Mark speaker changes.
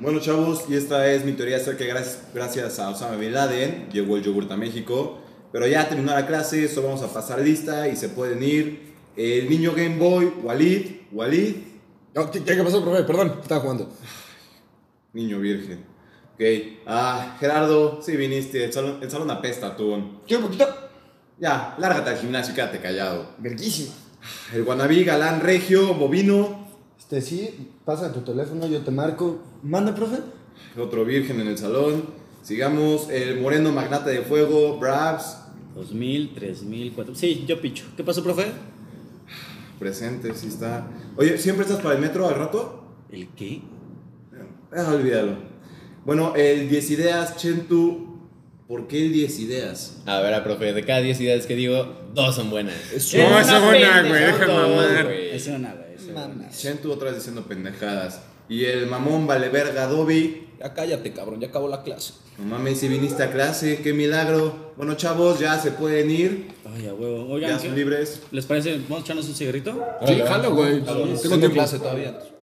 Speaker 1: Bueno, chavos, y esta es mi teoría acerca que gracias, gracias a Osama Bin Laden llegó el yogurt a México. Pero ya terminó la clase, solo vamos a pasar lista y se pueden ir. El niño Game Boy, Walid, Walid,
Speaker 2: No, ¿Qué, qué pasó, profe? Perdón, estaba jugando.
Speaker 1: niño virgen. Ok, ah, Gerardo, sí viniste, el salón, el salón apesta, tú.
Speaker 2: Quiero un poquito.
Speaker 1: Ya, lárgate al gimnasio y quédate callado.
Speaker 2: Verguísima.
Speaker 1: El Guanabí, Galán, Regio, Bovino,
Speaker 3: Este, sí, pasa tu teléfono, yo te marco. Manda, profe.
Speaker 1: otro virgen en el salón. Sigamos, el Moreno, Magnate de Fuego, Brabs,
Speaker 4: 2000, 3000, 4000. Sí, yo picho. ¿Qué pasó, profe?
Speaker 1: presente, sí está. Oye, ¿siempre estás para el metro al rato?
Speaker 4: ¿El qué?
Speaker 1: Ah, olvídalo. Bueno, el 10 ideas, Chentu. ¿Por qué el 10 ideas?
Speaker 5: A ver, ah, profe, de cada 10 ideas que digo, dos son buenas.
Speaker 2: No,
Speaker 4: es
Speaker 2: esa
Speaker 4: Eh, una
Speaker 2: buena,
Speaker 4: pendeja,
Speaker 2: güey, deja
Speaker 4: dos,
Speaker 2: mamar.
Speaker 5: güey.
Speaker 4: Es una, güey. es una.
Speaker 1: Chentu otra vez diciendo pendejadas. Y el mamón vale verga Dobby.
Speaker 2: Ya cállate, cabrón, ya acabó la clase.
Speaker 1: No mames, si viniste a clase, qué milagro. Bueno, chavos, ya se pueden ir.
Speaker 4: Ay, a huevo.
Speaker 1: Ya
Speaker 4: Oigan,
Speaker 1: son
Speaker 4: ¿qué?
Speaker 1: libres.
Speaker 4: ¿les parece? ¿Vamos a echarnos un cigarrito?
Speaker 2: Sí, jalo, güey.
Speaker 4: Tengo
Speaker 2: Tengo clase todavía.